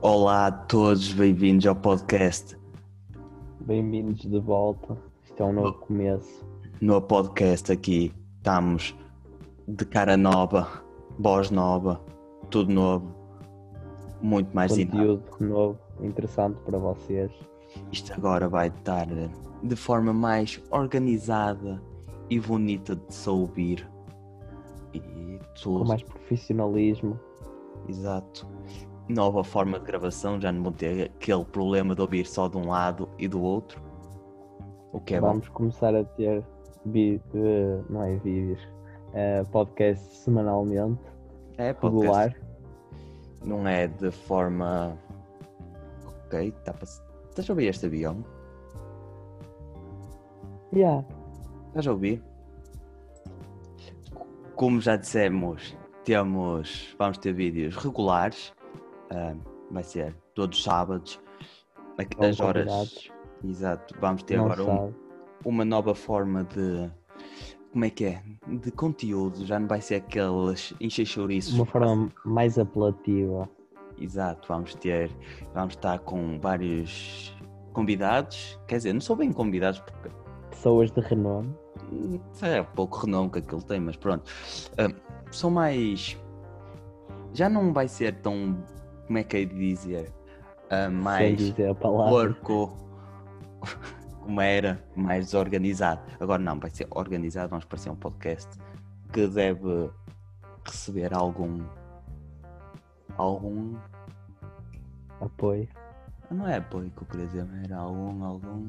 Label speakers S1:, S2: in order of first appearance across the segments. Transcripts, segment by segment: S1: Olá a todos, bem-vindos ao podcast.
S2: Bem-vindos de volta. Isto é um novo começo.
S1: No podcast aqui estamos de cara nova, voz nova, tudo novo, muito mais dinâmico.
S2: Conteúdo novo, interessante para vocês.
S1: Isto agora vai estar de forma mais organizada e bonita de se ouvir. E
S2: Com
S1: tudo,
S2: mais profissionalismo.
S1: exato. Nova forma de gravação, já não vão ter aquele problema de ouvir só de um lado e do outro. O que é bom.
S2: Vamos começar a ter vi- eh, não é vídeos, eh, podcast semanalmente,
S1: É, podcast.
S2: regular.
S1: Não é de forma. Ok, está para. Estás a ouvir este avião?
S2: Yeah.
S1: Estás a ouvir? Co- Como já dissemos, temos. Vamos ter vídeos regulares. ah, vai ser todos os sábados.
S2: Não
S1: As horas.
S2: combinados.
S1: Exato. Vamos ter
S2: não
S1: agora um-
S2: sabe.
S1: uma nova forma de. Como é que é? De conteúdo. Já não vai ser aqueles enxexouriços.
S2: Uma forma mais apelativa.
S1: Exato, vamos ter, vamos estar com vários convidados, quer dizer, não sou bem convidados porque
S2: Pessoas de renome.
S1: hum, é pouco renome que aquilo tem, mas pronto. Hum, são mais. Já não vai ser tão. Como é que é de dizer? Hum,
S2: Sem
S1: mais
S2: dizer a palavra.
S1: porco, como era, mais desorganizado. Agora não, vai ser organizado, vamos parecer um podcast que deve receber algum. algum
S2: Apoio.
S1: Não é apoio que eu queria dizer, mas era algum, algum.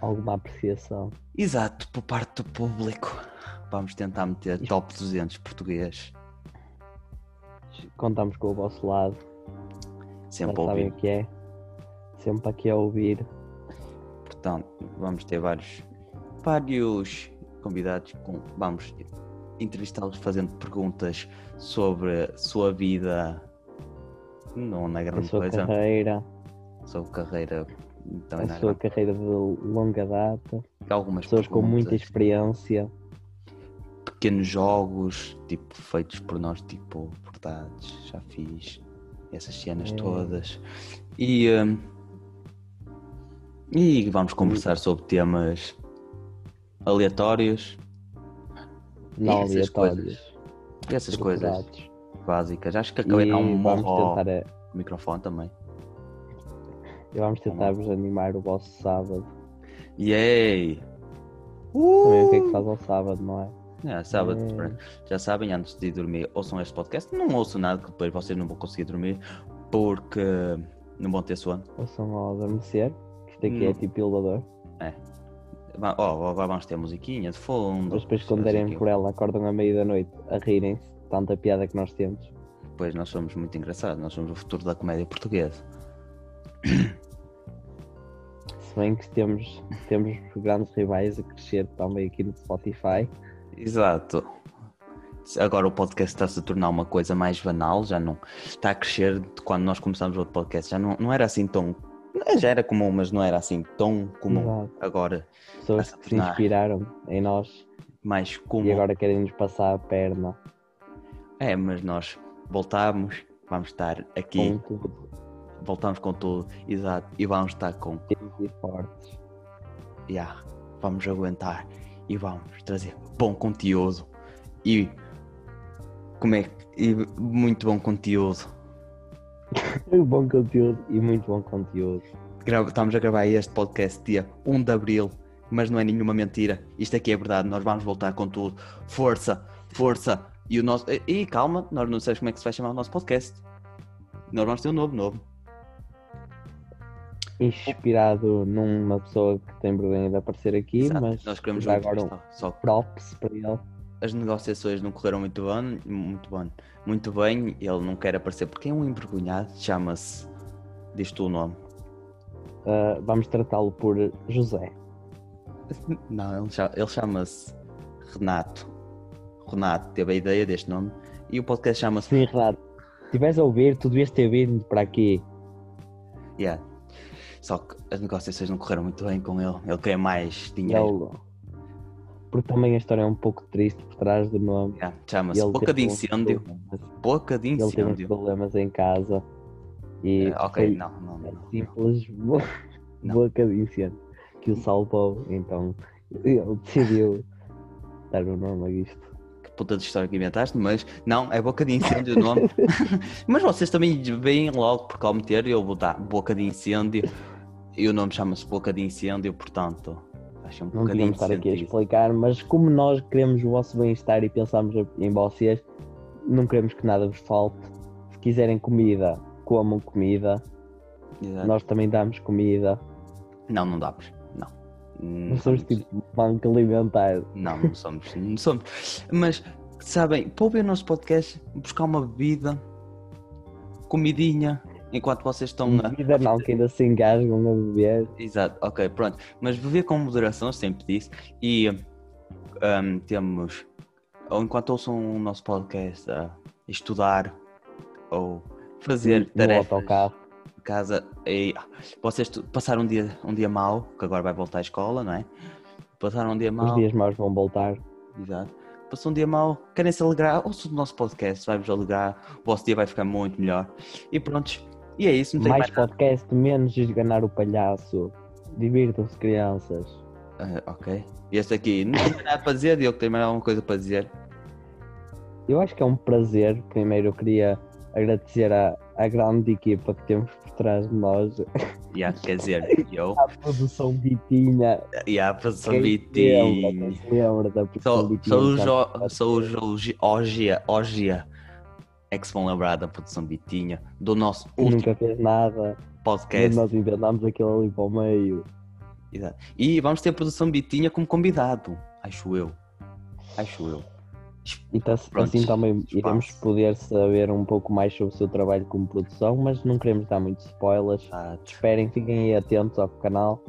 S2: Alguma apreciação.
S1: Exato, por parte do público. Vamos tentar meter
S2: Isso.
S1: top 200 português.
S2: Contamos com o vosso lado. Já
S1: Sempre
S2: sabem
S1: ouvir.
S2: o que é. Sempre aqui a ouvir.
S1: Portanto, vamos ter vários, vários convidados. Com, vamos entrevistá-los fazendo perguntas sobre a sua vida. Não na
S2: a
S1: grande
S2: sua
S1: coisa,
S2: carreira,
S1: sua carreira. Então,
S2: a
S1: na
S2: sua
S1: grande-
S2: carreira de longa data,
S1: algumas
S2: pessoas com muita
S1: perguntas.
S2: experiência,
S1: pequenos jogos, tipo, feitos por nós, tipo, portados, já fiz essas cenas
S2: É.
S1: todas. E, hum, e vamos conversar sobre temas aleatórios,
S2: não
S1: E essas
S2: aleatórios,
S1: essas coisas
S2: estruturados.
S1: básicas. Acho que
S2: É E
S1: acabei de dar um
S2: vamos
S1: morro
S2: tentar,
S1: ao
S2: a-
S1: microfone também.
S2: e vamos
S1: Um
S2: tentar vos animar o vosso sábado.
S1: Yay!
S2: Também o que é
S1: Uh!
S2: que faz ao sábado, não é?
S1: É, sábado,
S2: É.
S1: pronto. já sabem, antes de dormir, ouçam este podcast. Não ouçam nada, que depois vocês não vão conseguir dormir porque não vão ter sono.
S2: Ouçam ao adormecer, que isto aqui é
S1: Hum. Não.
S2: tipo elevador,
S1: Va- Ó, agora vamos ter musiquinha de fundo.
S2: mas depois
S1: Sim,
S2: quando
S1: mas
S2: derem
S1: aquilo-
S2: por ela acordam à meia da noite a rirem-se, de tanta piada que nós temos.
S1: Pois nós somos muito engraçados, nós somos o futuro da comédia portuguesa.
S2: Se bem que temos, temos grandes rivais a crescer também aqui no Spotify.
S1: Exato. Agora o podcast está-se a tornar uma coisa mais banal, já não está a crescer de quando nós começámos outro podcast, já não, não era assim tão. Já era comum, mas não era assim tão comum.
S2: Exato.
S1: Agora,
S2: Pessoas
S1: Essa
S2: que se
S1: tornar-
S2: inspiraram em nós
S1: mais comum.
S2: e agora querem nos passar a perna
S1: É, mas nós voltámos, vamos estar aqui,
S2: com tudo
S1: voltamos com tudo, exato, e vamos estar com
S2: e fortes.
S1: Ya, vamos aguentar e vamos trazer bom conteúdo e como é que e muito bom conteúdo.
S2: Bom conteúdo e muito bom conteúdo.
S1: Grava- Estamos a gravar este podcast dia 1 de Abril, mas não é nenhuma mentira. Isto aqui é verdade, nós vamos voltar com tudo. Força, força! E o nosso. E, e calma, nós não sabemos como é que se vai chamar o nosso podcast. Nós vamos ter um novo, novo.
S2: Inspirado numa pessoa que tem vergonha de aparecer aqui,
S1: Exato,
S2: mas
S1: nós queremos
S2: já
S1: muito
S2: agora um
S1: só que
S2: props para ele.
S1: as negociações não correram muito bem, muito bem, muito bem, ele não quer aparecer porque é um envergonhado, chama-se, diz tu o nome.
S2: Ah, vamos tratá-lo por José.
S1: Não, ele, cha- ele chama-se Renato. Renato teve a ideia deste nome e o podcast chama-se
S2: Sim, Renato, se estiveres a ouvir, tu devias ter vindo para aqui.
S1: Yeah. Só que as negociações não correram muito bem com ele, ele quer mais
S2: E
S1: dinheiro.
S2: ele- Porque também a história é um pouco triste por trás do nome.
S1: Yeah, Chama-se
S2: Ele
S1: Boca de
S2: teve um-
S1: Incêndio. Boca de
S2: Ele teve uns
S1: Incêndio.
S2: problemas em casa. E
S1: Eh, um ok,
S2: foi
S1: não, não, não, não.
S2: a simples bo-
S1: Não.
S2: boca de incêndio que o salvou, então ele decidiu dar o nome a isto.
S1: Que puta de história que inventaste, mas não, é boca de incêndio o nome. mas vocês também veem logo porque ao meter eu vou dar boca de incêndio e o nome chama-se boca de incêndio, portanto. Acho um
S2: Não
S1: bocadinho
S2: devíamos estar aqui a
S1: decente isso.
S2: explicar, mas como nós queremos o vosso bem-estar e pensamos em vocês, não queremos que nada vos falte. Se quiserem comida, comam comida.
S1: Exato.
S2: Nós também damos comida.
S1: Não, não damos. Não. Não
S2: Nós
S1: somos.
S2: somos tipo banco alimentar.
S1: Não, não somos. Não somos. Mas, sabem, para ouvir o nosso podcast, buscar uma bebida, comidinha, enquanto vocês estão a.
S2: Comida não, que ainda se engasgam a beber.
S1: Exato, ok, pronto. Mas beber com moderação, eu sempre disse. E ahm, temos. Ou enquanto ouçam o nosso podcast, a estudar ou fazer
S2: No
S1: tarefas
S2: autocarro.
S1: de casa. E, ah, vocês tu- passaram um dia, um dia mau, que agora vai voltar à escola, não é? Passaram um dia
S2: Os
S1: mau.
S2: dias maus vão voltar.
S1: Exato. Passou um dia mau, querem se alegrar, ouçam o nosso podcast, vai-vos alegrar, o vosso dia vai ficar muito melhor. E prontos, e é isso, não tem
S2: Mais
S1: mais, nada.
S2: podcast, menos esganar o palhaço. Divirtam-se, crianças.
S1: Ah, ok. E este aqui, não tem mais nada para dizer, Diogo, tem mais alguma coisa para dizer?
S2: Eu acho que é um prazer. Primeiro, eu queria agradecer à, à grande equipa que temos por trás de nós.
S1: Yeah, quer dizer, eu,
S2: A produção Bitinha.
S1: yeah, produção
S2: Quem se lembra, quem
S1: Vitinho.
S2: se lembra da produção
S1: Sou,
S2: Bitinha?
S1: sou, sou, sou, sou, sou Ogia, Ogia. É que se vão lembrar da produção Vitinha, do nosso
S2: que
S1: último
S2: Nunca fez nada.
S1: podcast.
S2: Nós inventámos aquilo ali para o meio.
S1: Exato. E vamos ter a produção Bitinha como convidado, acho eu. Acho eu.
S2: E tá- assim
S1: Pronto,
S2: também
S1: espaço.
S2: iremos poder saber um pouco mais sobre o seu trabalho como produção, mas não queremos dar muitos spoilers.
S1: Exato.
S2: Esperem, fiquem aí atentos ao canal,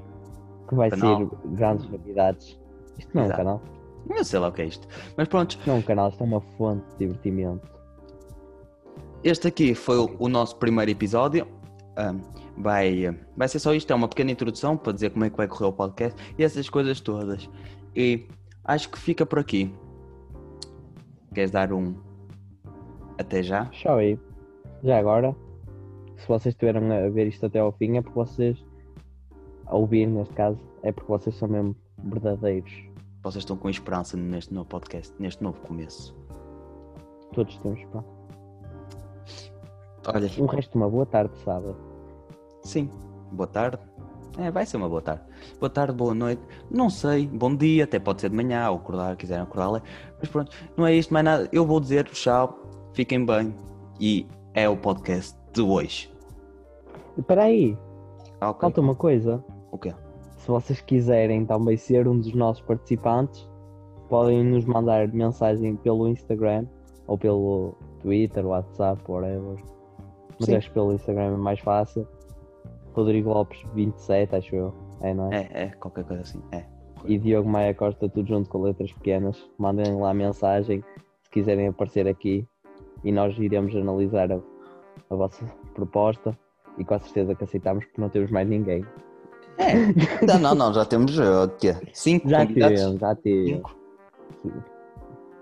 S2: que vai
S1: Canal.
S2: ser grandes novidades. Isto não é um
S1: Exato.
S2: canal,
S1: Eu sei lá o que é isto. Mas pronto,
S2: isto não é um canal, isto é uma fonte de divertimento.
S1: este aqui foi o, o nosso primeiro episódio. Ahm, vai, eh, vai ser só isto, é uma pequena introdução para dizer como é que vai correr o podcast e essas coisas todas. E acho que fica por aqui. Queres dar um até já?
S2: Show aí. Já agora, se vocês estiveram a ver isto até ao fim, é porque vocês, a ouvir neste caso, é porque vocês são mesmo verdadeiros.
S1: Vocês estão com esperança neste novo podcast, neste novo começo.
S2: Todos temos, pá.
S1: Olha,
S2: Um resto de uma boa tarde, sábado.
S1: sim, boa tarde. É, vai ser uma boa tarde. Boa tarde, boa noite. Não sei, bom dia, até pode ser de manhã, ou acordar, quiserem acordar lá. Mas pronto, não é isto mais nada. Eu vou dizer tchau, fiquem bem. E é o podcast de hoje.
S2: Espera aí,
S1: Ah, ok.
S2: falta uma coisa.
S1: O quê?
S2: Se vocês quiserem também ser um dos nossos participantes, podem nos mandar mensagem pelo Instagram ou pelo Twitter, WhatsApp, whatever. Mas
S1: Sim.
S2: acho que pelo Instagram é mais fácil. Rodrigo Lopes 27, acho eu. É, não é?
S1: É, é, qualquer coisa assim. É.
S2: E Diogo Maia Costa, tudo junto com letras pequenas. Mandem lá mensagem se quiserem aparecer aqui e nós iremos analisar a, a vossa proposta. E com a certeza que aceitamos porque não temos mais ninguém.
S1: É. Não, não, não, já temos uh, o quê? Cinco
S2: Já
S1: convidados?
S2: tivemos, já tivemos.
S1: Cinco.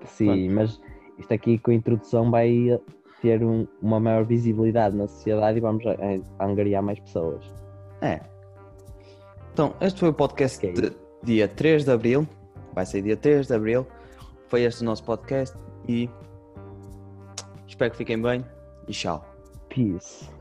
S2: Sim, mas isto aqui com a introdução vai ter um- uma maior visibilidade na sociedade e vamos a- a- angariar mais pessoas.
S1: É. Então, este foi o podcast
S2: Ok.
S1: de dia 3 de Abril. Vai ser dia 3 de Abril. Foi este o nosso podcast e espero que fiquem bem e tchau.
S2: Peace.